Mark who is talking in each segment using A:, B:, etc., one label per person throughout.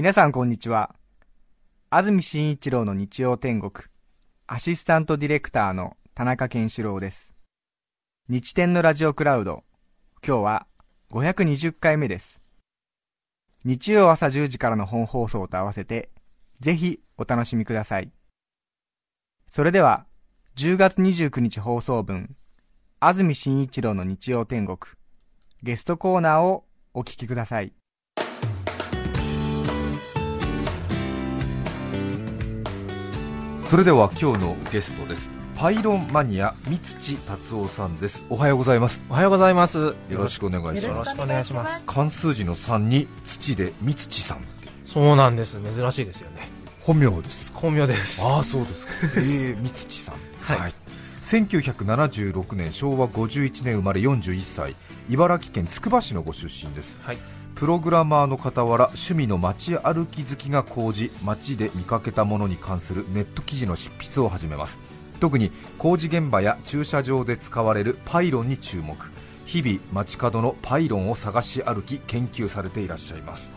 A: 皆さんこんにちは安住紳一郎の日曜天国アシスタントディレクターの田中健志郎です日天のラジオクラウド今日は520回目です日曜朝10時からの本放送と合わせてぜひお楽しみくださいそれでは10月29日放送分安住紳一郎の日曜天国ゲストコーナーをお聞きください
B: それでは今日のゲストですパイロンマニア三土達夫さんですおはようございます
C: おはようございます。よ
B: よろしくお願いし
D: よろ
B: ま
D: し
B: す
D: くお願いします。
B: 漢数字の三に土で三土さんっていう
C: そうなんです。珍しいですよね。
B: 本名です
C: 巧妙です。
B: ああそうですかええ三土さん
C: はい
B: 1976年昭和51年生まれ41歳茨城県つくば市のご出身です
C: はい。
B: プログラマーの傍ら趣味の街歩き好きが高じ街で見かけたものに関するネット記事の執筆を始めます特に工事現場や駐車場で使われるパイロンに注目日々街角のパイロンを探し歩き研究されていらっしゃいます、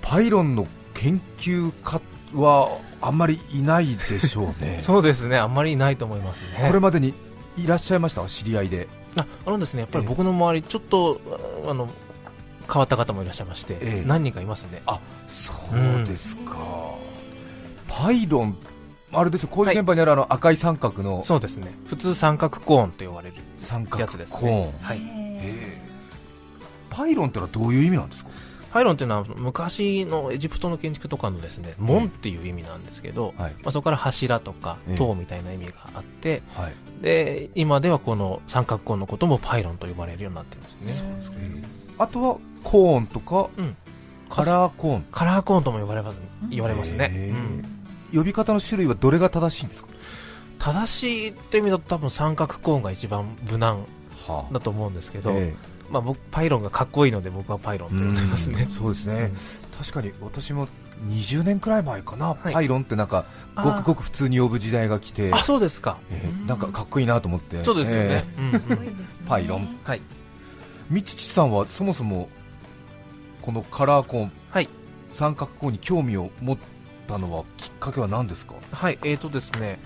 B: パイロンの研究家はあんまりいないでしょうね
C: そうですね。あんまりいないと思いますね。
B: これまでにいらっしゃいました知り合いで
C: ああのですね、やっぱり僕の周り、ちょっと、ああの、変わった方もいらっしゃいまして、
B: ええ
C: 何人かいますね。あ、
B: そうですか、パイロン、あれですよ工事現場にあるあの赤い三角の
C: そうですね。普通三角コーンと言われる
B: 三角
C: やつですね。
B: コーン、
C: はい。
B: ええパイロンってのはどういう意味なんですか、
C: パイロンっていうのは、昔のエジプトの建築とかのですね、門っていう意味なんですけど、
B: はい
C: まあ、そこから柱とか
B: ええ
C: 塔みたいな意味があって、
B: はい
C: で、今ではこの三角コーンのこともパイロンと呼ばれるようになってるんですね。
B: あとはコーンとか
C: うん
B: カラーコーン、
C: カラーコーンとも呼ばれます言われますね、
B: へー
C: うん
B: 呼び方の種類はどれが正しいんですか、
C: 正しいって意味だと多分三角コーンが一番無難
B: は
C: だと思うんですけど、
B: ええ
C: まあ、僕パイロンがかっこいいので僕はパイロンと呼んでますね
B: うん、そうですね、確かに私も20年くらい前かな、
C: はい
B: パイロンってなんか
C: あ
B: ご
C: ー
B: くごく普通に呼ぶ時代が来て
C: あそうですか、
B: ええなんかかっこいいなと思って
C: そうですよ
B: ええ
C: ね、うんうん
B: パイロン
C: はい
B: みちちさんはそもそもこのカラーコーン、
C: はい
B: 三角コーンに興味を持ったのはきっかけは何ですか
C: はいえーとですね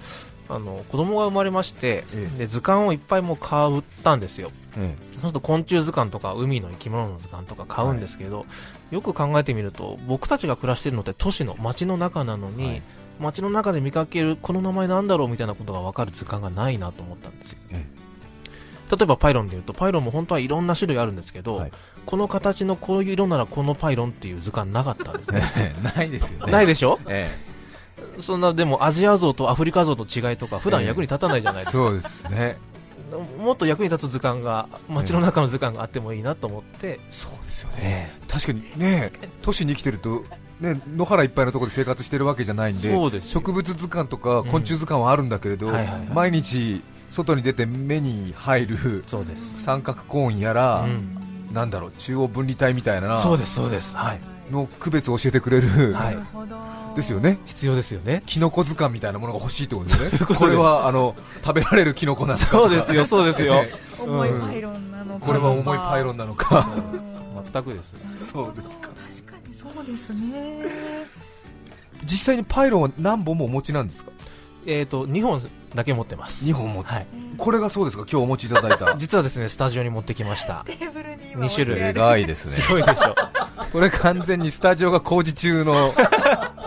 C: あの子供が生まれまして、
B: ええ
C: で図鑑をいっぱいもう買ったんですよ
B: え
C: そうすると昆虫図鑑とか海の生き物の図鑑とか買うんですけど、よく考えてみると僕たちが暮らしてるのって都市の街の中なのに、
B: はい
C: 街の中で見かけるこの名前なんだろうみたいなことが分かる図鑑がないなと思ったんですよ、
B: え
C: 例えばパイロンでいうとパイロンも本当はいろんな種類あるんですけど、
B: はい
C: この形のこういう色ならこのパイロンっていう図鑑なかったん ですね
B: ないですよ
C: ないでしょ
B: え
C: そんなでもアジア像とアフリカ像と違いとか普段役に立たないじゃないですか、
B: そうですね
C: もっと役に立つ図鑑が街の中の図鑑があってもいいなと思って、
B: そうですよね、確かにね都市に生きてると、ね、野原いっぱいのところで生活してるわけじゃないんで
C: そうですよ
B: 植物図鑑とか昆虫図鑑はあるんだけれど、
C: うんはいはいはい
B: 毎日外に出て目に入る
C: そうです
B: 三角コーンやら、
C: うん
B: なんだろう中央分離帯みたいな
C: そうですそうですはい
B: の区別を教えてくれる、
C: はい
D: なるほど
B: ですよね
C: 必要ですよね
B: キノコ図鑑みたいなものが欲しいってことですね、こ
C: ことです
B: れはあの食べられるキノコなのか、
C: そうです よそうですよ
D: 重いパイロンなのか
B: これは重いパイロンなのか、
C: 全くです
B: そうです
D: か確かにそうですね
B: 実際にパイロンは何本もお持ちなんですか、
C: えっ、と2本だけ持ってます
B: 2本持って、
C: はい、
B: これがそうですか、今日お持ちいただいた
C: 実はですねスタジオに持ってきました
D: テーブルに
C: 今二種類
D: え
C: 忘れ
B: 偉いですね、
C: すごいでしょ
B: これ完全にスタジオが工事中 の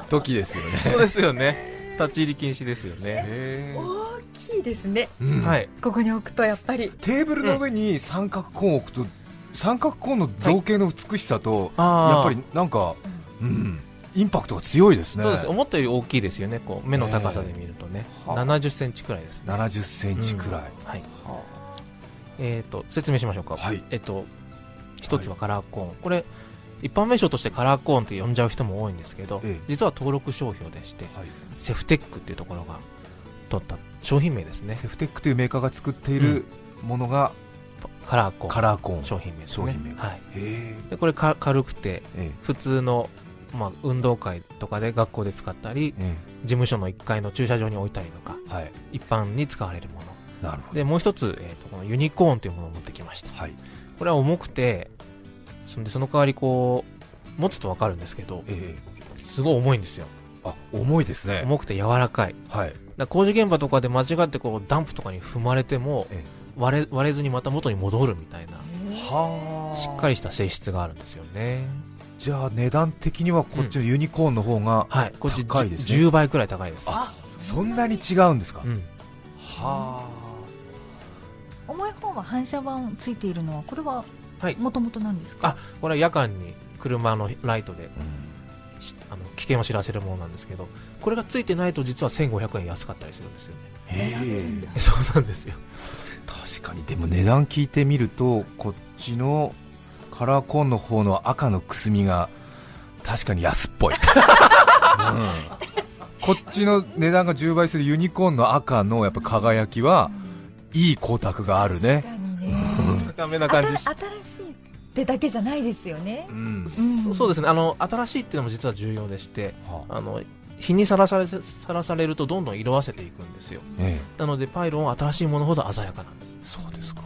B: 時ですよね。
C: そうですよね立ち入り禁止ですよね、
B: へー
D: 大きいですね
B: うん
C: はい
D: ここに置くとやっぱり
B: テーブルの上に三角コーンを置くと、三角コーンの造形の美しさと、
C: あー
B: やっぱりなんか、うん、インパクトが強いですね。
C: そうです思ったより大きいですよねこう目の高さで見るとね、
B: えはあ
C: 7 0ンチくらいですね
B: 70センチくらい、
C: うんはいえっ、と説明しましょうか
B: はい
C: えっ、と一つはカラーコーン、これ一般名称としてカラーコーンって呼んじゃう人も多いんですけど、
B: ええ
C: 実は登録商標でして
B: はい
C: セフテックっていうところが取った商品名ですね
B: セフテックというメーカーが作っているものが
C: カラーコーン
B: カラーコーン
C: 商品名です
B: 商
C: ね
B: 品名
C: はい、
B: へ
C: でこれか軽くて
B: え
C: 普通の、まあ、運動会とかで学校で使ったり
B: え
C: 事務所の1階の駐車場に置いたりとか
B: えはい
C: 一般に使われるもの
B: なるほど
C: でもう一つ、えー、とこのユニコーンというものを持ってきました
B: はい
C: これは重くてそんでその代わりこう持つとわかるんですけど
B: え
C: すごい重いんですよ
B: えあ重いですね
C: 重くて柔らかい
B: はい
C: だから工事現場とかで間違ってこうダンプとかに踏まれても
B: え
C: 割れ割れずにまた元に戻るみたいな
B: はあ
C: しっかりした性質があるんですよね
B: じゃあ値段的にはこっちのユニコーンの方が、
C: はいこっち
B: 高いですね
C: 10倍くらい高いです
B: あそんなに違うんですか、
C: うん
B: は
D: 重い方は反射板ついているのはこれは
C: はい
D: もともとなんです
C: あ
D: か、
C: これは夜間に車のライトで
B: あ、
C: しあの危険を知らせるものなんですけどこれがついてないと実は1500円安かったりするんですよね
B: へえ
C: そうなんですよ
B: 確かにでも値段聞いてみるとこっちのカラーコーンの方の赤のくすみが確かに安っぽい、うんこっちの値段が10倍するユニコーンの赤のやっぱ輝きはいい光沢がある
D: 確
B: ね、
D: かにね
C: 高めな
D: あた
C: 感じし
D: 新しいってだけじゃないですよね
B: うん
D: うん
C: そそうですねあの新しいっていうのも実は重要でして
B: はあ
C: あの日にさらされさらされるとどんどん色あせていくんですよ
B: ええ
C: なのでパイロンは新しいものほど鮮やかなんです
B: そうですか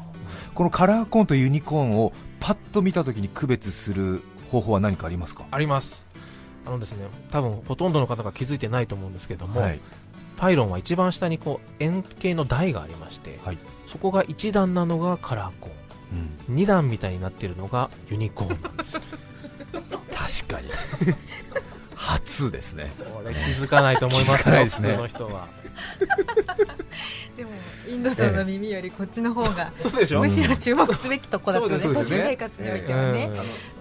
B: このカラーコーンとユニコーンをパッと見た時に区別する方法は何かありますか
C: ありますあのですね多分ほとんどの方が気づいてないと思うんですけども、
B: はい
C: パイロンは一番下にこう円形の台がありまして、
B: はい
C: そこが1段なのがカラーコー
B: う
C: ン
B: ん
C: 2段みたいになってるのがユニコーンなんで すよ
B: 確かに 初ですね
C: これ気づかないと思いま
B: 気づ
C: す
B: かない
C: よ
B: ですね
C: 普通の人は
D: でもインドさんの耳よりこっちの方が、
C: そうでし
B: ょ
D: むしろ注目すべきとこだったね
B: そうで
D: 都
B: す
D: 市
B: ね
D: 生活においてはね、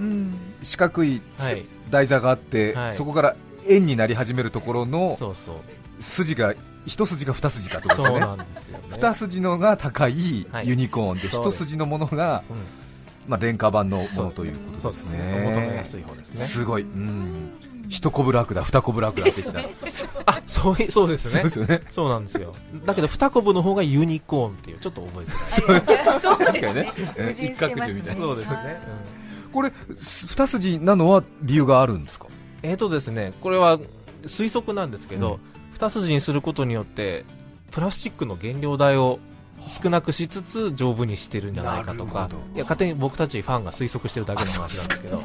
D: うん
B: 四角い
C: はい
B: 台座があって、
C: はい
B: そこから円になり始めるところの
C: そうそう
B: 筋が一筋か二筋かってことです
C: そう
B: ね
C: なんですよね
B: 二筋のが高い
C: はい
B: ユニコーンで、
C: そう
B: 一
C: です
B: 筋のものが、
C: うん
B: まあ、廉価版のものということ
C: そう
B: で
C: ですす
B: ね
C: ねお求めやすい方ですね
B: すごい、うん、一コブラクダ二コブラクダ的な
C: あそういそうです
B: そう
C: ね
B: ですよね
C: そうなんですよだけど2コブの方がユニコーンっていうちょっと覚えづらい
D: そうです
B: かにね
D: ね
B: うん
D: 矛盾してますね
B: 一角獣みたいな
C: そうですね、
B: これす二筋なのは理由があるんですか
C: うんえーとですねこれは推測なんですけ
B: う
C: ど、二筋にすることによってプラスチックの原料代を少なくしつつ丈夫にしてるんじゃないかと
B: な
C: か
B: るほど
C: いや勝手に僕たちファンが推測してるだけの話なんですけど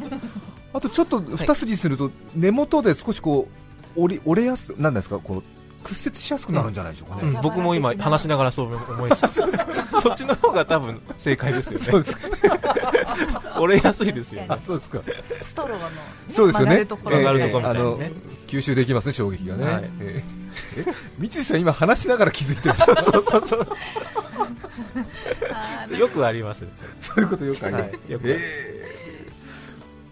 B: あとちょっと二筋にすると根元で少しこう折り折れやすくなんですかこう屈折しやすくなるんじゃないでしょうかね、
C: うん僕も今話しながら そう思いましたそっちの方が多分正解ですよね
B: そうですか
C: 折れやすいですよ
D: 確
C: ね
B: あそうですか
D: ストローの、ね、
B: そうですよね
D: 曲がるところ
C: 曲
D: が
C: がるところみたいなね
B: ええあの吸収できますね衝撃がね、
C: はい
B: えええ三井さん今話しながら気づいて る
C: そうそうそう
D: あー
C: よくありますねそれ
B: そういうことよくありま
C: は
B: す
C: いよくあります
B: え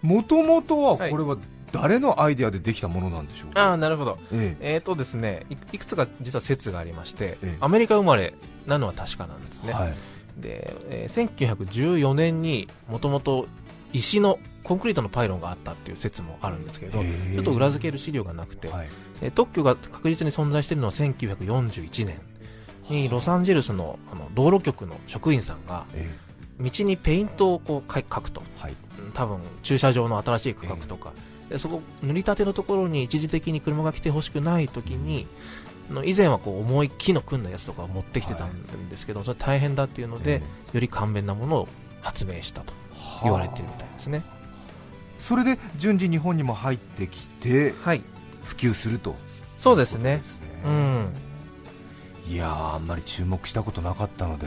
B: えもともとはこれは誰のアイデアでできたものなんでしょう
C: あ
B: か、
C: あなるほど
B: ええ
C: えーとですねいいくつか実は説がありまして、
B: ええ
C: アメリカ生まれなのは確かなんですね、
B: はい
C: でえー1914年にもともと石のコンクリートのパイロンがあったっていう説もあるんですけど、
B: へえ
C: ちょっと裏付ける資料がなくて、
B: はい
C: えー特許が確実に存在しているのは1941年にロサンゼルスのあの道路局の職員さんが
B: え
C: 道にペイントをこうか描くと
B: えはい
C: うん多分駐車場の新しい区画とか、でそこ塗りたてのところに一時的に車が来てほしくない時に、あの以前はこう重い木の組んだやつとかを持ってきてたんですけど、それ大変だっていうので、
B: え
C: より簡便なものを発明したと
B: え
C: 言われてるみたいですね
B: それで順次日本にも入ってきて
C: はい
B: 普及すると
C: そうですね
B: いう
C: う
B: ことですね
C: ん
B: いやーあんまり注目したことなかったので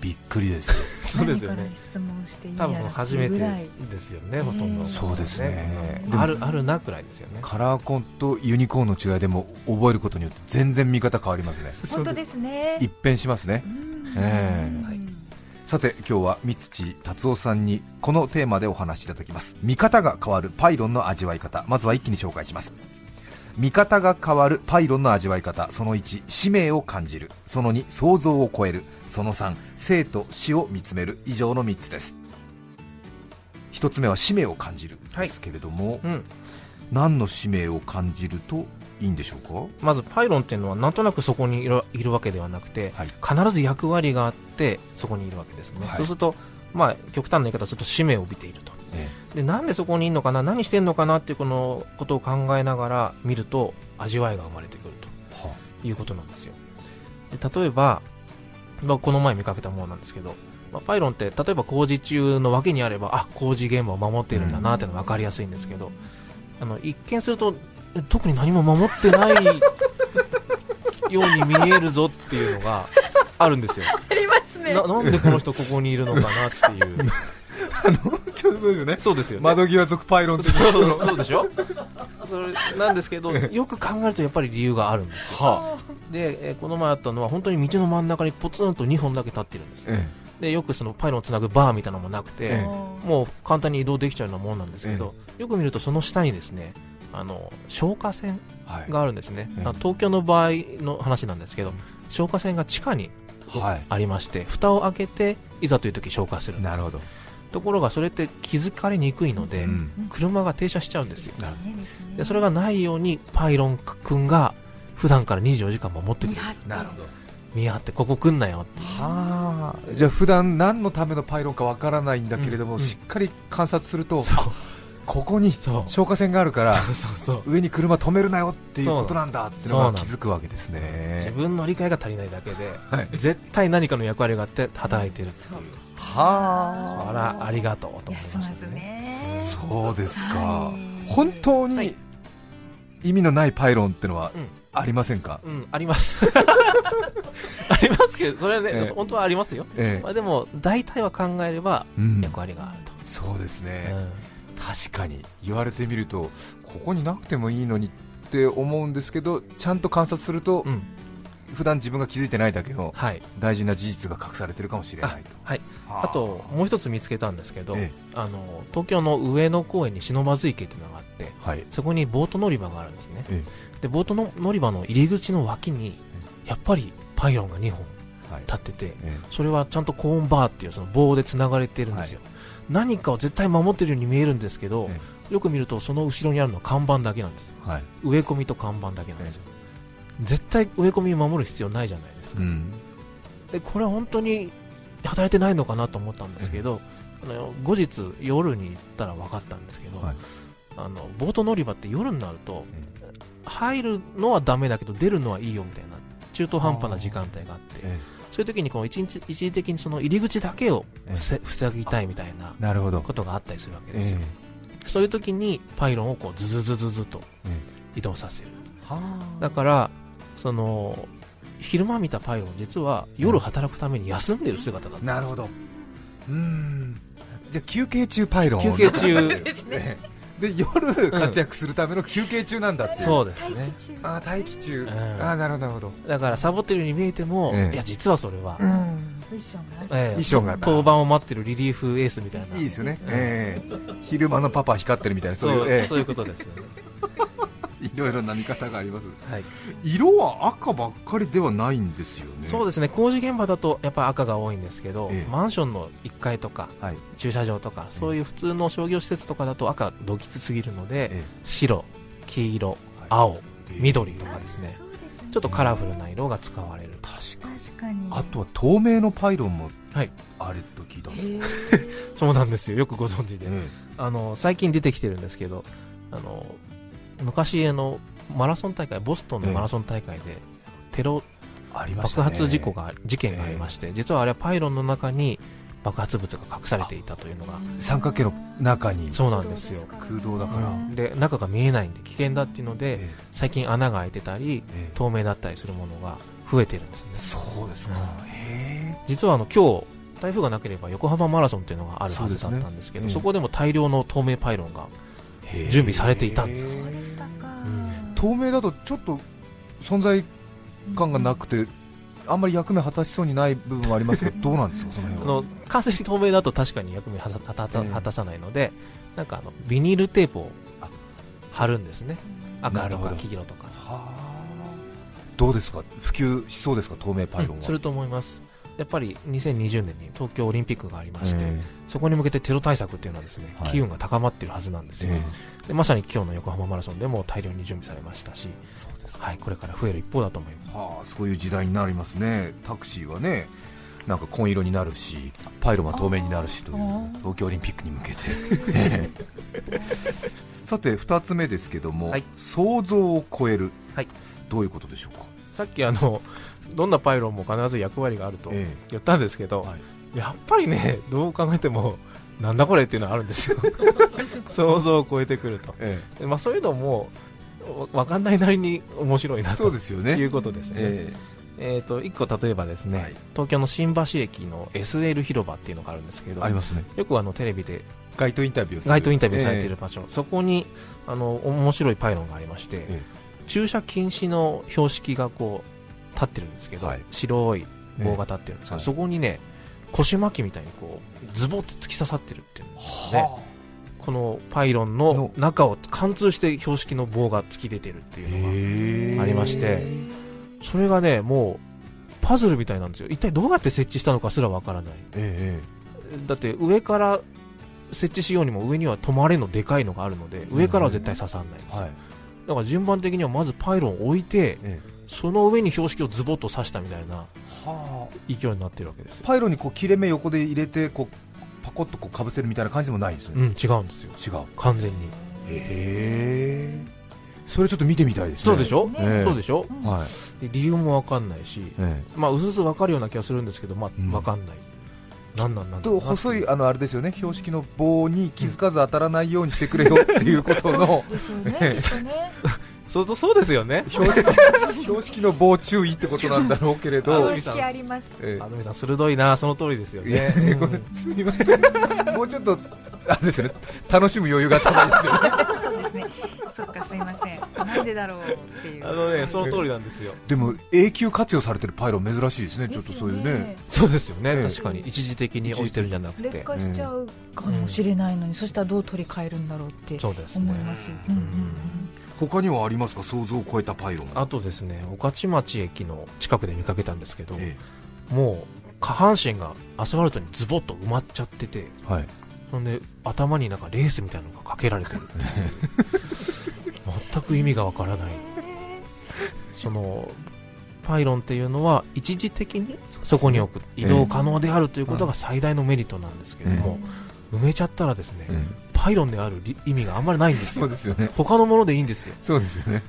B: びっくりです
C: そうですよ
D: 何
C: ね
D: から質問していいや
C: 多
D: ら
C: 分初め
D: っていうぐらい
C: ですよねほとんど、
D: ええ
B: そうですね
C: うんあるあるなくらいですよね
B: カラーコーンとユニコーンの違いでも覚えることによって全然見方変わりますね
D: 本当ですね
B: 一変しますね
D: うん
B: ええ
D: はい
B: さて今日は三土達夫さんにこのテーマでお話しいただきます見方が変わるパイロンの味わい方まずは一気に紹介します見方が変わるパイロンの味わい方その1使命を感じるその2想像を超えるその3生と死を見つめる以上の3つです1つ目は使命を感じる
C: はい
B: ですけれども、
C: うん
B: 何の使命を感じるといいんでしょう
C: まずパイロンっていうのはなんとなくそこにいるいるわけではなくて、
B: はい
C: 必ず役割があってそこにいるわけですね、
B: はい
C: そうすると、まあ、極端な言い方はちょっと使命を帯びていると
B: か、え
C: でなんでそこにいるのかな何してんのかなっていうこのことを考えながら見ると味わいが生まれてくる
B: えは
C: ということなんですよで例えば、まあ、この前見かけたものなんですけど、ままあ、パイロンって例えば工事中の脇にあればあ工事現場を守っているんだなっていうのが分かりやすいんですけど、あの一見するとえ特に何も守ってない ように見えるぞっていうのがあるん ですよ
D: ありますね
C: ななんでこの人ここにいるのかなっていう
B: ちょっとそうですよね
C: そうですよね
B: 窓際族パイロン的
C: そう
B: なそ
C: そう
B: の
C: そうでしょそれなんですけどよく考えるとやっぱり理由があるんです
B: はあ
C: でえーこの前あったのは本当に道の真ん中にポツンと2本だけ立ってるんです
B: え
C: でよくそのパイロンをつなぐバーみたいなのもなくて、
B: え
D: も
C: もう簡単に移動できちゃうようなもんなんですけど、よく見るとその下にですねあの消火栓
B: えはい
C: があるんですね、
B: ええ
C: あの東京の場合の話なんですけど、
B: うん
C: 消火栓が地下に
B: はい
C: ありまして蓋を開けていざという時消火する
B: なるほど、
C: ところがそれって気づかれにくいので、
B: うん
C: 車が停車しちゃうんですよ
B: なるほ
D: ねですね
C: でそれがないようにパイロン君が普段から24時間守ってく
D: 見
C: れる
D: 張って
B: どなるほど
C: 見張ってここ来んなよって
B: はあじゃあ普段何のためのパイロンかわからないんだけれども、
C: うん
B: しっかり観察すると
C: そう
B: ここに
C: そうそ
B: 消火栓がある から
C: うそうそう
B: 上に車止めるなよっていうことなんだっていう
C: そ
B: の
C: う
B: が
C: なの
B: 気づくわけです
C: 自
B: ね
C: 分の理解が足りないだけで、
B: はい
C: 絶対何かの役割があって働いてるっていう
B: は
C: あらありがとうと思いまし
D: 休ま
C: た
D: ず
C: ね
D: ね
B: あそうですか、
D: はい
B: 本当
D: は
B: に
D: い
B: 意味のないパイロンってのは
C: うん
B: ありませんか、
C: うんあります ありますけどそれはね、
B: ええ
C: 本当はありますよ、
B: え
C: まあ、でも大体は考えれば
B: えうん
C: 役割があると、
B: そうですね、
C: うん
B: 確かに言われてみるとここになくてもいいのにって思うんですけどちゃんと観察すると、
C: うん
B: 普段自分が気づいてないだけの
C: はい
B: 大事な事実が隠されてるかもしれないと
C: はい、
B: は
C: あともう一つ見つけたんですけど、
B: え
C: あの東京の上野公園に忍ばず池っていうのがあって
B: はい
C: そこにボート乗り場があるんですね、
B: え
C: でボートの乗り場の入り口の脇にやっぱりパイロンが2本
B: はい
C: 立ってて
B: え
C: それはちゃんとコーンバーっていうその棒でつながれてるんですよ、何かを絶対守ってるように見えるんですけど
B: え、
C: よく見るとその後ろにあるのは看板だけなんですよ
B: はい
C: 植え込みと看板だけなんですよ、絶対植え込み守る必要ないじゃないですか、
B: うん
C: でこれは本当に働いてないのかなと思ったんですけど、あの後日夜に行ったら分かったんですけど、
B: はい
C: あのボート乗り場って夜になると、
B: うん
C: 入るのはダメだけど出るのはいいよみたいな中途半端な時間帯があって
B: え
C: そういう時にこう一日一時的にその入り口だけを
B: え
C: 防防ぎたいみたいな
B: なるほど
C: ことがあったりするわけです
B: え
C: よ、そういう時にパイロンをこうズズズズズと移動させるだからその昼間見たパイロン実は夜働くために休んでる姿だったんですよ
B: なるほどうんじゃあ休憩中パイロン
C: 休憩中
B: ええで夜活躍するための休憩中なんだっていう、
C: そ うですね
D: 待機中
B: あー待機中、
C: ん
B: ああなるほどなるほど
C: だからサボってるように見えても、
B: ええ
C: いや実はそれは、
B: うん
D: ミッションがある
C: ええ
B: 衣装が
C: 登板を待ってるリリーフエースみたいない
B: いですよね、
D: うん
B: ええ昼間のパパ光ってるみたいな、そう
C: そう
B: いう、え
C: そういうことですよ ね、
B: えいろいろな見方があります
C: はい
B: 色は赤ばっかりではないんですよね、
C: そうですね工事現場だとやっぱ赤が多いんですけど、
B: ええ
C: マンションの1階とか
B: はい
C: 駐車場とかそういう普通の商業施設とかだと赤どきつすぎるので、
B: え
C: 白黄色
B: はい
C: 青
B: え
C: 緑とかですね
D: そうですね
C: ちょっとカラフルな色が使われる
B: 確か
D: 確かに
B: あとは透明のパイロンも
C: はい
B: あれと聞いたんだ、
D: へー
C: そうなんですよよくご存知で、
B: え
C: あの最近出てきてるんですけどあの昔あのマラソン大会ボストンのマラソン大会で、テロ
B: えありました
C: 爆
B: ね
C: 発事故が、事件がありまして、実はあれはパイロンの中に爆発物が隠されていたというのが
B: 三角形の中に
C: そうなんですよ
B: 空洞だから
D: うん
C: で中が見えないんで危険だっていうの
B: え
C: で
B: え
C: 最近穴が開いてたり
B: え
C: 透明だったりするものが増えてるんですね
B: えそうですか、
C: うん
B: へ
C: 実はあの今日台風がなければ横浜マラソンっていうのがあるはずだったんですけど
B: そうですねう
C: そ
B: ん
C: こでも大量の透明パイロンが
B: えへえ
C: 準備されていたんです
D: そうでしたか
C: うん
B: 透明だとちょっと存在感がなくてあんまり役目果たしそうにない部分はあります けどどうなんですかその
C: あ
B: 辺は
C: の完全に透明だと確かに役目はさ果たさ
B: ええ
C: 果たさないのでなんかあのビニールテープを
B: あ
C: 貼るんですね赤
B: なる
C: と
B: ほ
C: か
B: ど
C: 黄色とか
B: はあどうですか普及しそうですか透明パイロンは、
C: すると思いますやっぱり2020年に東京オリンピックがありまして、
B: え
C: そこに向けてテロ対策っていうのはですね、
B: はい
C: 機運が高まっているはずなんです
B: え
C: よ、
B: え
C: でまさに今日の横浜マラソンでも大量に準備されましたし、
B: えそうですか
C: はい、これから増える一方だと思います
B: はあそういう時代になりますねタクシーはねなんか紺色になるしパイロンは透明になるしとい
D: あ
B: う
D: ー
B: 東京オリンピックに向けて ええさて2つ目ですけども、
C: はい
B: 想像を超える、
C: はい
B: どういうことでしょうか
C: さっきあのどんなパイロンも必ず役割があると
B: え
C: 言ったんですけど、
B: はい
C: やっぱりね、どう考えても、なんだこれっていうのはある んですよ、想像を超えてくると、
B: え
C: でまあ、そういうのも分かんないなりに面白い
B: え
C: な
B: そ
C: と
B: うですよ
C: い
B: ね
C: うことですね。
B: え
C: えー、と1個例えばですね、
B: はい
C: 東京の新橋駅の SL 広場っていうのがあるんですけ
B: え
C: ど
B: ありますね
C: よくあのテレビで
B: 街頭インタビュー
C: 街頭インタビューされている場所、そこにあの面白いパイロンがありまして、
B: え
C: 駐車禁止の標識がこう立ってるんですけど、
B: はい
C: 白い棒が立ってるんですけど、
B: ええ
C: そこにね腰巻きみたいにこうズボッと突き刺さってるっていう
B: は
C: このパイロンの中を貫通して標識の棒が突き出てるっていうの
B: え
C: がありましてそれがねもうパズルみたいなんですよ一体どうやって設置したのかすらわからない
B: え
C: だって上から設置しようにも上には止まれのでかいのがあるので上からは絶対刺さんないんで
B: え
C: す
B: はい
C: だから順番的にはまずパイロンを置いて
B: え
C: その上に標識をズボッと刺したみたいな
B: えはあ
C: 勢いになってるわけですよ、
B: パイロンにこう切れ目横で入れてこうパコッとこうかぶせるみたいな感じでもないんです
C: う
B: ね、
C: ん、違うんですよ
B: 違う
C: 完全に
B: へえそれちょっと見てみたいですね
C: そうでしょ、
B: ええ
C: そうでしょ
D: うん
B: はい
C: で理由も分かんないし
B: え
C: まあうすうす分かるような気がするんですけどまあ
B: うん
C: 分かんない、なんなんなん
B: え
C: だ
B: と
C: ろうなって
B: 細いあのあれですよね標識の棒に気づかず当たらないようにしてくれよっていうことの
D: でしょうね。 でしょうね。
C: そうそうですよね
B: 標識 標識の棒注意ってことなんだろうけれど、
D: 常識あります。
B: え
C: 安住さん鋭いなその通りですよ
B: え
C: ね
B: いやこれすみませんもうちょっとあれですよね楽しむ余裕が足りないですよね
D: そうですね。 そっかすいません。なんでだろうっていう。
C: あのねその通りなんですよ
B: でも永久活用されてるパイロン珍しいですねちょっとそういうね
C: そうですよね、
B: ええ
C: 確かに一時的に置いてるんじゃなく
E: 劣
C: て
E: 化しちゃうかもしれないのに、そしたらどう取り替えるんだろうって
C: そうです
E: 思い
C: ね
E: ますよ、うんうん
B: 他にはありますか想像を超えたパイロン
C: あとですね御徒町駅の近くで見かけたんですけど、
B: え
C: もう下半身がアスファルトにズボッと埋まっちゃってて
B: えはい
C: ほんで頭になんかレースみたいなのがかけられ てるっていう全く意味がわからないそのパイロンっていうのは一時的にそこに置く
B: え
C: 移動可能であるということが最大のメリットなんですけれども、埋めちゃったらですね、パイロンであるり意味があんまりないんです
B: そう
C: よ
B: ですよね
C: 他のものでいいんですよ
B: そうですよね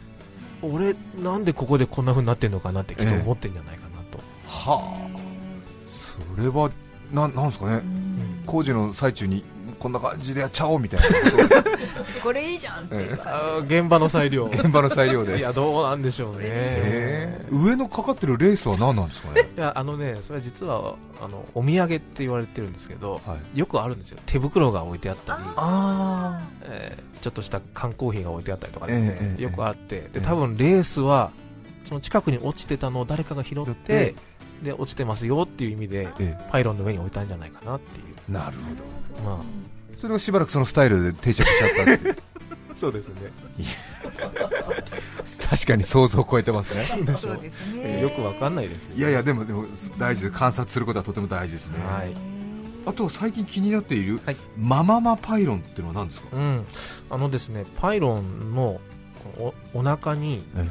C: 俺なんでここでこんな風になってんのかなってきっと思ってんじゃないかなと、
B: はあそれはななんですかね工事の最中にこんな感じでやっちゃおうみたいな
D: これいいじゃんっていう感
C: あー現場の裁 量
B: 現場の採用
C: い
B: で
C: やどうなんでしょうね
B: ええ上のかかってるレースは何なんですかね
C: いやあのねそれは実はあのお土産って言われてるんですけど
B: はい
C: よくあるんですよ手袋が置いてあったり
B: あ
C: えーちょっとした缶コーヒーが置いてあったりとかです
B: えええ
C: ね、
B: え
C: よくあってで
B: え
C: 多分レースはその近くに落ちてたのを誰かが拾っ
B: 拾ってて
C: で落ちてますよっていう意味で
B: え
C: パイロンの上に置いたんじゃないかなっていう
B: えなるほど
C: ま
B: それをしばらくそのスタイルで定着しちゃったっていう
C: あそうですね
B: 確かに想像を超えてますね
D: じ。そうですね。
C: よくわかんないですよ
B: いやいやでもでも大事で観察することはとても大事ですね、
C: はい
B: あとは最近気になっている、
C: はい
B: マママパイロンっていうのは何ですか、
C: うん、あのですねパイロンのこのおお腹に
B: え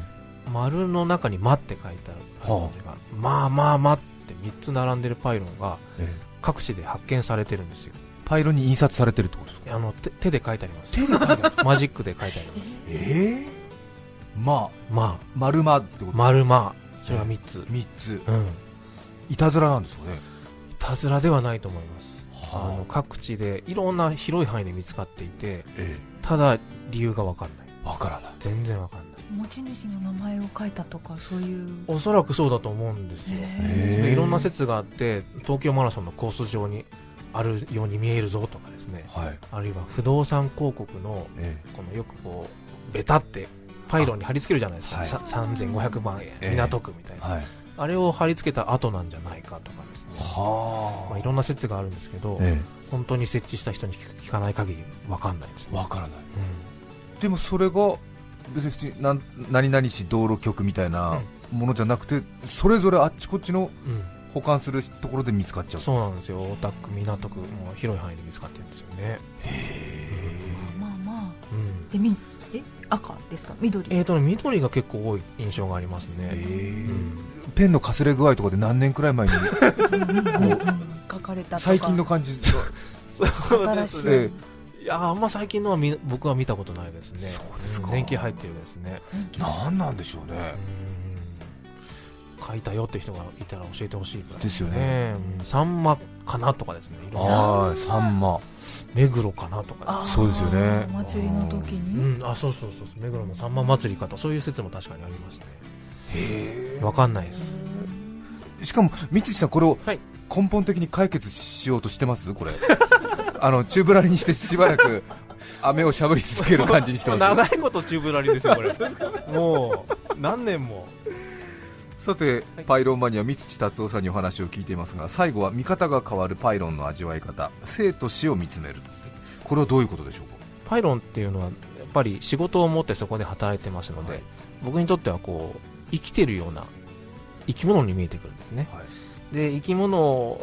C: 丸の中に「ま」って書いてある文字が「まあまあま」って3つ並んでるパイロンが
B: え
C: 各地で発見されてるんですよ
B: パイロンに印刷されてるってことですか
C: あの手手で書いてあります手で書いてあるマジックで書いてあります
B: ええまあ
C: ま
B: 丸まってこ
C: あ
B: と、
C: 丸まあそれが3つ
B: 三つ
C: うん
B: いたずらなんですかね
C: いたずらではないと思いますあ
B: あ
C: の各地でいろんな広い範囲で見つかっていて
B: え
C: ただ理由が分かんない
B: えわからない
C: 全然分かんない
E: 持ち主の名前を書いたとかそういう
C: おそらくそうだと思うんですよ
E: へ
B: へー
C: いろんな説があって東京マラソンのコース上にあるように見えるぞとかですね
B: はい
C: あるいは不動産広告の
B: え
C: このよくこうベタってパイロンに貼り付けるじゃないですか、
B: はい
C: さ3500万円、
B: ええ
C: 港区みたい
B: え
C: な、
B: はい
C: あれを貼り付けた後なんじゃないかとかですね、
B: は
C: まあ、いろんな説があるんですけど、
B: え
C: 本当に設置した人に聞く聞かない限り分かんないです
B: え
C: ね、
B: わからないでもそれが別になん何々市道路局みたいなものじゃなくて、それぞれあっちこっちの
C: うんうん
B: 保管するところで見つかっちゃう
C: そうなんですよ大田区港区もう広い範囲で見つかってるんですよね、
E: まあまあ
C: うん、
E: でみえ赤ですか緑
C: えーとね緑が結構多い印象がありますね、うん
B: ペンのかすれ具合とかで何年くらい 前にこう
E: 書かれたとか
B: 最近の感じ
C: そうで
E: 新
C: す
E: し
C: ね
E: い、
B: え
C: いやあんま最近のはみ僕は見たことないですね
B: そうですか
C: ん年季入ってるですね
B: え何なんでしょうね
C: うん書いたよって人がいたら教えてほしいぐらい
B: ですよね
C: ね、うん、サンマかなとかですねいろんな
B: ああサンマ
C: 目黒かなとか
E: あー
B: そうですよね
E: お祭りの時
C: う
E: に
C: んあそうそうそうそう目黒のサンマ祭りかとそういう説も確かにありましたね
B: へ
C: わかんないです
B: えしかも三井さんこれを
C: はい
B: 根本的に解決しようとしてますこれ あの宙ぶらりにしてしばら く飴をしゃぶり続ける感じにしてます
C: 長いこと宙ぶらりですよこれもう何年も
B: さて、パイロンマニア三土達夫さんにお話を聞いていますが最後は見方が変わるパイロンの味わい方生と死を見つめるとこれはどういうことでしょうか
C: パイロンっていうのはやっぱり仕事を持ってそこで働いてますので、
B: はい
C: 僕にとってはこう生きてるような生き物に見えてくるんですね、
B: はい
C: で生き物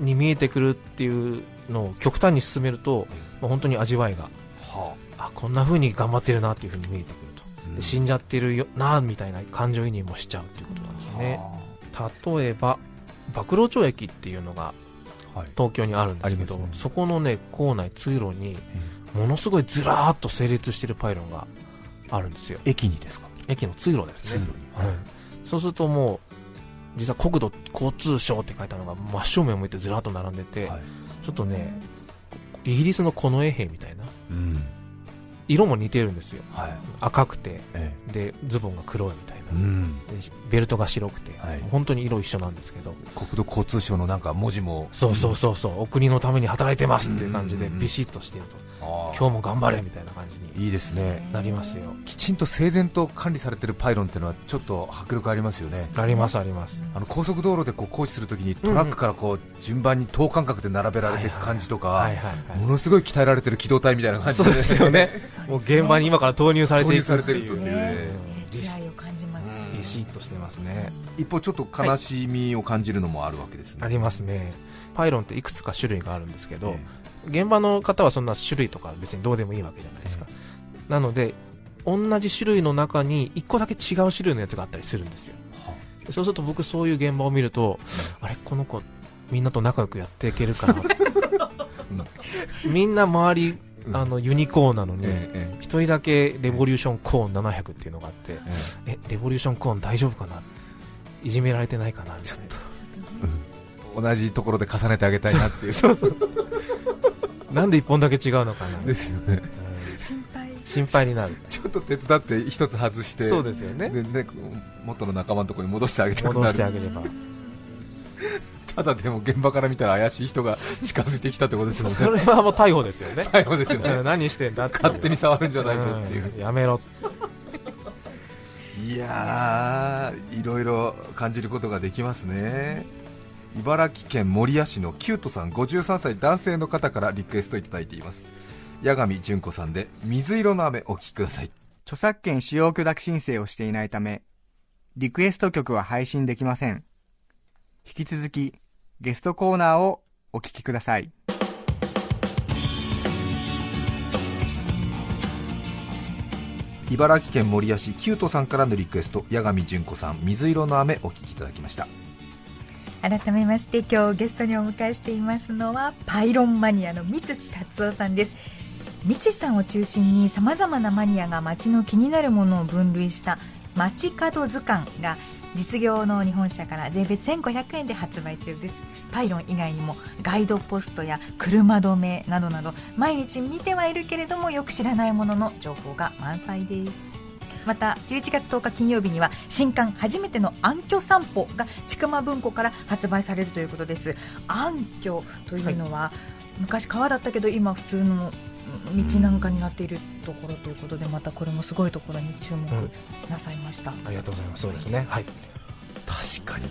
C: に見えてくるっていうのを極端に進めると、まあ本当に味わいが
B: は
C: あこんな風に頑張ってるなっていう風に見えてくると、
B: あ、
C: で死んじゃってるよなみたいな感情移入もしちゃうっていうことなんですね、例えば曝露町駅っていうのが
B: はい、
C: 東京にあるんですけど、
B: ありますね
C: そこのね構内通路にものすごいずらーっと整列してるパイロンがあるんですよ
B: 駅にですか
C: 駅の通路です
B: 通
C: ね
B: 路に
C: はい、そうするともう実は国土交通省って書いたのが真正面を向いてずらーっと並んでて、
B: はい
C: ちょっとねイギリスの近衛兵みたいな
B: うん
C: 色も似てるんですよ
B: はい
C: 赤くて
B: え
C: でズボンが黒いみたい
B: えう
C: な、
B: ん
C: でベルトが白くて、
B: はい
C: 本当に色一緒なんですけど
B: 国土交通省のなんか文字も
C: そうそうそうそうお国のために働いてますっていう感じでビシッとしてると
B: ああ
C: 今日も頑張れみたいな感じに
B: いいですね
C: なりますよ
B: きちんと整然と管理されてるパイロンっていうのはちょっと迫力ありますよね
C: ありますあります
B: あの高速道路でこう工事するときにトラックからこう順番に等間隔で並べられていく感じとか、
C: はいはいはい
B: ものすごい鍛えられてる機動隊みたいな感じ
C: そうですよね もう現場
E: に
C: に今から投入され
B: 投
C: て
B: 入
C: いく
B: され
C: って
B: てる
C: い
B: っていうう
E: ね
B: ね
E: 気合を感じます
B: うん
C: ビシッとしてますね
B: 一方ちょっと悲しみを感じるのもあるわけですね、
C: ありますねパイロンっていくつか種類があるんですけど
B: え
C: 現場の方はそんな種類とか別にどうでもいいわけじゃないですかなので同じ種類の中に一個だけ違う種類のやつがあったりするんですよ
B: えは
C: そうすると僕そういう現場を見ると、あれこの子みんなと仲良くやっていける かなみんな周り
B: うん
C: あのユニコーンなのに
B: えええ
C: 一人だけレボリューションコーン700っていうのがあって
B: ええ
C: えレボリューションコーン大丈夫かないじめられてないかなみたい
B: え同じところで重ねてあげたいなっていうそうそう
C: ななんで一本だけ違うのかな、う
B: で
C: ん
B: すよね
D: 心配
C: 心配になる
B: ちょっと手伝って一つ外して
C: そうですよね
B: でね元の仲間のところに戻してあげたく
C: 戻
B: な
C: してあ
B: る
C: げれば
B: ただでも現場から見たら怪しい人が近づいてきたってことですもんね
C: それはもう逮捕ですよね
B: 逮捕ですよ
C: う
B: ね
C: ん何してんだっていう
B: 勝手に触るんじゃないぞっていう、
C: うんやめろ
B: いやー、いろいろ感じることができますね。茨城県守谷市のキュートさん53歳男性の方からリクエストいただいています八神純子さんで水色の雨お聴きください
A: 著作権使用許諾申請をしていないため、リクエスト曲は配信できません。引き続き、ゲストコーナーをお聞きください。
B: 茨城県守谷市キュートさんからのリクエスト八神純子さん水色の雨お聴きいただきました
F: 改めまして今日ゲストにお迎えしていますのはパイロンマニアの三土達夫さんです三土さんを中心にさまざまなマニアが街の気になるものを分類した「街角図鑑」が実業の日本社から税別1500円で発売中ですパイロン以外にもガイドポストや車止めなどなど毎日見てはいるけれどもよく知らないものの情報が満載ですまた11月10日金曜日には新刊「初めての暗渠散歩」が千曲文庫から発売されるということです暗渠というのは、昔川だったけど今普通のうん道なんかになっているところということでまたこれもすごいところに注目
C: うん
F: なさいました、
C: ありがとうございますそうですねはい
B: 確かに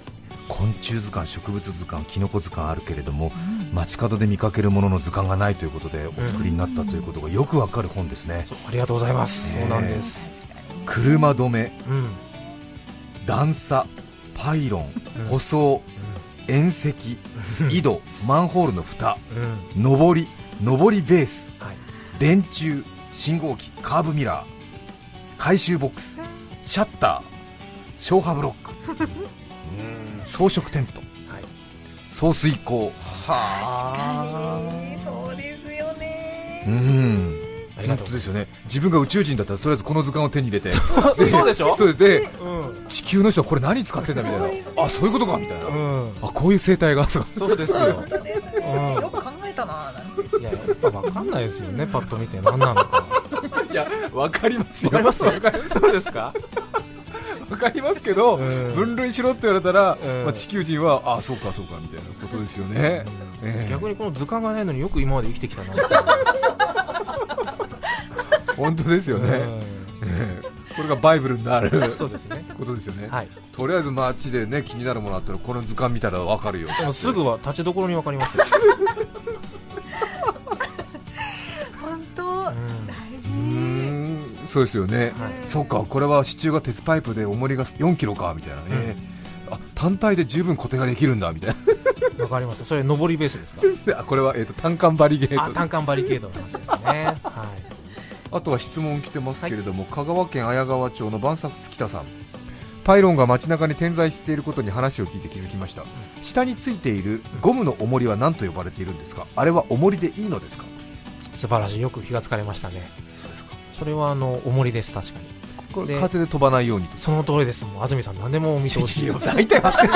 B: 昆虫図鑑植物図鑑キノコ図鑑あるけれども
F: うん
B: 街角で見かけるものの図鑑がないということでお作りになったということがよくわかる本ですね
C: そうありがとうございます
B: ね
C: そうなんです
F: 確かにね
B: 車止め
C: うん、うん
B: 段差パイロン
C: うん
B: 舗装縁 石井戸マンホールの蓋
C: うん
B: 上り上りベース
C: はい
B: 電柱信号機カーブミラー回収ボックスシャッター消波ブロックうん装飾テント
C: はい
B: 送水口
F: 確
B: は
F: かにそうですよ
B: う
F: ね
B: ん
C: ありがと
B: 本
C: う
B: 当ですよね自分が宇宙人だったらとりあえずこの図鑑を手に入れて
C: そうでしょ
B: それで
C: うん
B: 地球の人はこれ何使ってんだみた いなあそういうことかみたいな
C: うん
B: あこういう生態がそう
C: そうですよ
E: よく考えたななんて
C: うんいややっぱ分かんないですよねパッと見て何なのか
B: いやわかります
C: 分かりますそうですか
B: わかりますけど、
C: うん
B: 分類しろって言われたら、
C: うん
B: まあ、地球人はあそうかそうかみたいなことですよね、ええ
C: 逆にこの図鑑がないのによく今まで生きてきたなって
B: 本当ですよ
C: いう
B: ね、ええこれがバイブルになる
C: うんそうですね
B: ことですよね、
C: はい
B: とりあえず街でね気になるものあったらこの図鑑見たらわかるよ
C: でもすぐは立ちどころに分か りますよ、
D: 本当
C: う
D: 大
C: ん
B: うー
D: 事
B: んそうですよね、
C: はい
B: そっかこれは支柱が鉄パイプで重りが4キロかみたいなね、ええあ単体で十分固定ができるんだみたい
C: わかりました。それ上りベースです か。
B: な あこれは、えー、と単管バリゲー
C: あ、
B: ト
C: 単管バリケードの話ですね。 は
B: あとは質問来てますけれども、香川県綾川町の万作月田さんパイロンが街中に点在していることに話を聞いて気づきました下についているゴムの重りは何と呼ばれているんですかあれは重りでいいのですか
C: い。素晴らしい。よく気がつかれましたね。
B: そうですか
C: それはあの重りです。確かに。
B: これ
C: で
B: 風で飛ばないようにと
C: その通りです。もう安住さん何でもお見通し。
B: 大体わかる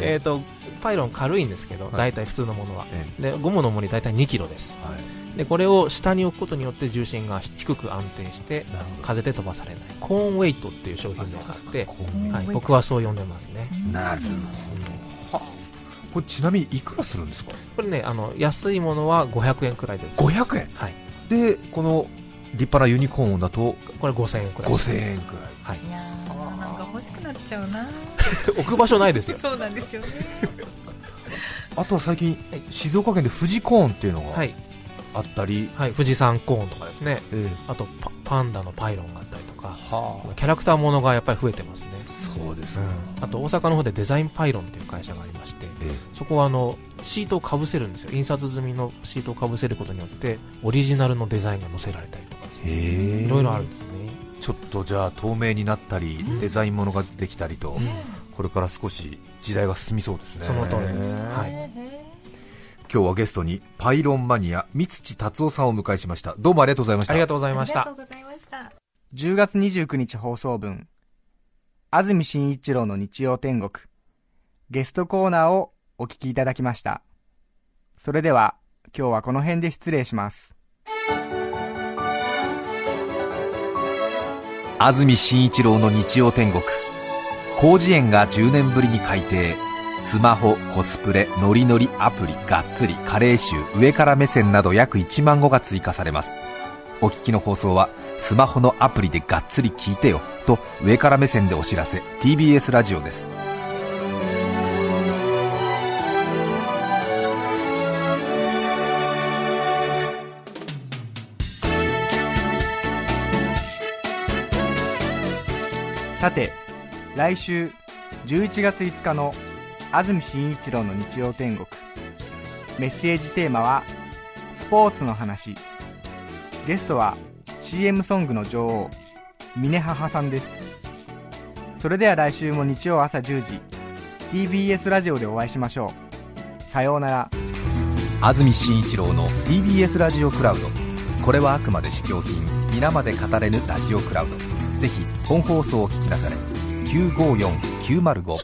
C: え
B: え
C: っとパイロン軽いんですけど、
B: い
C: 大体普通のものは。
B: え
C: でゴムの重り大体2キロです。
B: えはい
C: でこれを下に置くことによって重心が低く安定して
B: なるほ
C: 風で飛ばされない。コーンウェイトっていう商品名があって、
E: う
C: はい、僕はそう呼んでますね。
B: どなるほどはこれちなみにいくらするんですか
C: これねあの安いものは500円くらいで売ってます。
B: 500円
C: はい。
B: でこの立派なユニコーンだと
C: これ5000円くらい。
B: 5000円くらい
C: はい。
F: いやーなんか欲しくなっちゃうな
C: 置く場所ないですよ。
F: そうなんですよね
B: あとは最近、
C: はい
B: 静岡県で富士コーンっていうの
C: は
B: が
C: い。
B: あったり、
C: はい、富士山コーンとかですね、
B: ええ
C: あとパパンダのパイロンがあったりとか、
B: は
C: キャラクターものがやっぱり増えてますね、
B: あ、そうです
C: う
B: ね、
C: ん、あと大阪の方でデザインパイロンっていう会社がありまして、
B: え
C: そこはあのシートをかぶせるんですよ、印刷済みのシートをかぶせることによって、オリジナルのデザインが載せられたりとかです
B: え
C: ね、いろいろあるんですね、
B: ちょっとじゃあ透明になったり、デザインものができたりと、これから少し時代が進みそうですね
C: その通りです、
B: ええ
C: はい、
B: 今日はゲストにパイロンマニア三土達夫さんをお迎えしましたどうもありがとうございました
C: ありがとうござい
F: あ
C: ま
F: り
C: し
F: が
C: た
F: とう。ございました
A: 10月29日放送分安住紳一郎の日曜天国ゲストコーナーをお聞きいただきましたそれでは今日はこの辺で失礼します
B: 安住紳一郎の日曜天国広辞苑が10年ぶりに改訂スマホコスプレノリノリアプリがっつり加齢臭上から目線など約1万語が追加されますお聞きの放送はスマホのアプリでがっつり聞いてよと上から目線でお知らせ TBS ラジオです
A: さて来週11月5日の安住紳一郎の日曜天国メッセージテーマは「スポーツの話」ゲストは CM ソングの女王峰母さんですそれでは来週も日曜朝10時 TBS ラジオでお会いしましょうさようなら
B: 安住紳一郎の TBS ラジオクラウドこれはあくまで試供品皆まで語れぬラジオクラウドぜひ本放送を聞きなされ954-905